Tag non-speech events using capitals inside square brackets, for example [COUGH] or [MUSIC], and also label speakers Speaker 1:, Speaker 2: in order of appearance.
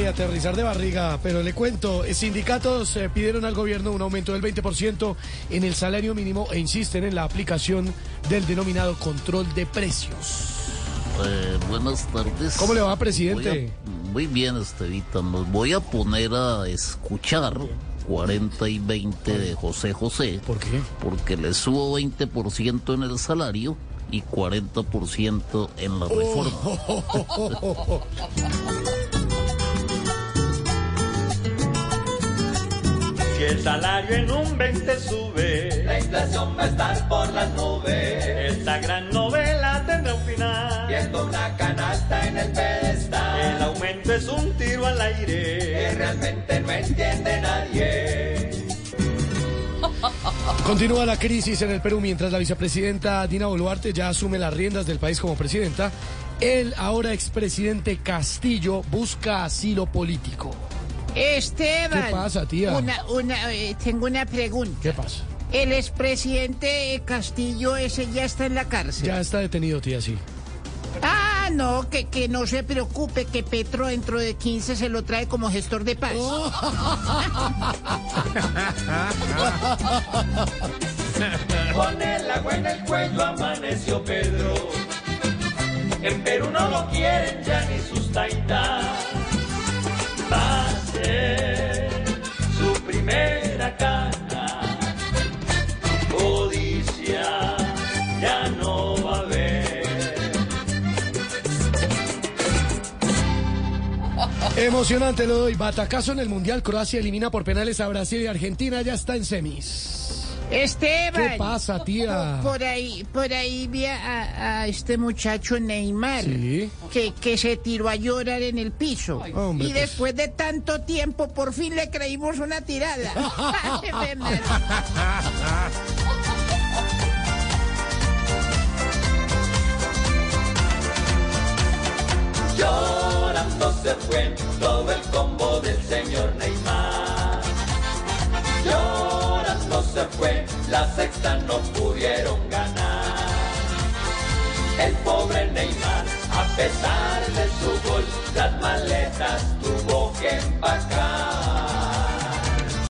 Speaker 1: y aterrizar de barriga, pero le cuento, eh, sindicatos eh, pidieron al gobierno un aumento del 20% en el salario mínimo e insisten en la aplicación del denominado control de precios.
Speaker 2: Eh, buenas tardes.
Speaker 1: ¿Cómo le va, presidente?
Speaker 2: Voy a- muy bien, Estevita. Nos voy a poner a escuchar 40 y 20 de José José.
Speaker 1: ¿Por qué?
Speaker 2: Porque le subo 20% en el salario y 40% en la reforma.
Speaker 3: Si el salario en un 20 sube,
Speaker 4: La inflación va a estar por las nubes,
Speaker 3: esta gran novela tendrá un final.
Speaker 4: viendo una canasta en el pedestal,
Speaker 3: El aumento es un tiro al
Speaker 4: que
Speaker 3: aire.
Speaker 4: realmente no entiende nadie.
Speaker 1: Continúa la crisis en el Perú mientras la vicepresidenta Dina Boluarte ya asume las riendas del país como presidenta. El ahora expresidente Castillo busca asilo político.
Speaker 5: Esteban.
Speaker 1: ¿Qué pasa, tía?
Speaker 5: Una, una, eh, tengo una pregunta.
Speaker 1: ¿Qué pasa?
Speaker 5: El expresidente eh, Castillo, ese ya está en la cárcel.
Speaker 1: Ya está detenido, tía, sí.
Speaker 5: Ah, no, que, que no se preocupe, que Petro dentro de 15 se lo trae como gestor de paz.
Speaker 1: Oh,
Speaker 4: Con el agua en el cuello amaneció Pedro. En Perú no lo quieren ya ni sus taitas. Va a ser su primera cana. Codicia ya no va a haber.
Speaker 1: Emocionante lo doy. Batacazo en el Mundial. Croacia elimina por penales a Brasil y Argentina ya está en semis.
Speaker 5: Esteban.
Speaker 1: ¿Qué pasa, tía?
Speaker 5: Por ahí, por ahí vi a, a este muchacho Neymar
Speaker 1: Sí.
Speaker 5: que, que se tiró a llorar en el piso.
Speaker 1: hombre,
Speaker 5: y
Speaker 1: pues.
Speaker 5: después de tanto tiempo, por fin le creímos
Speaker 1: [LAUGHS]
Speaker 5: una tirada. [LAUGHS] Qué pena.
Speaker 4: Llorando se fue todo el combo del señor Neymar. Llorando se fue, la sexta no pudieron ganar. El pobre Neymar, a pesar de su gol, las maletas tuvo que empacar.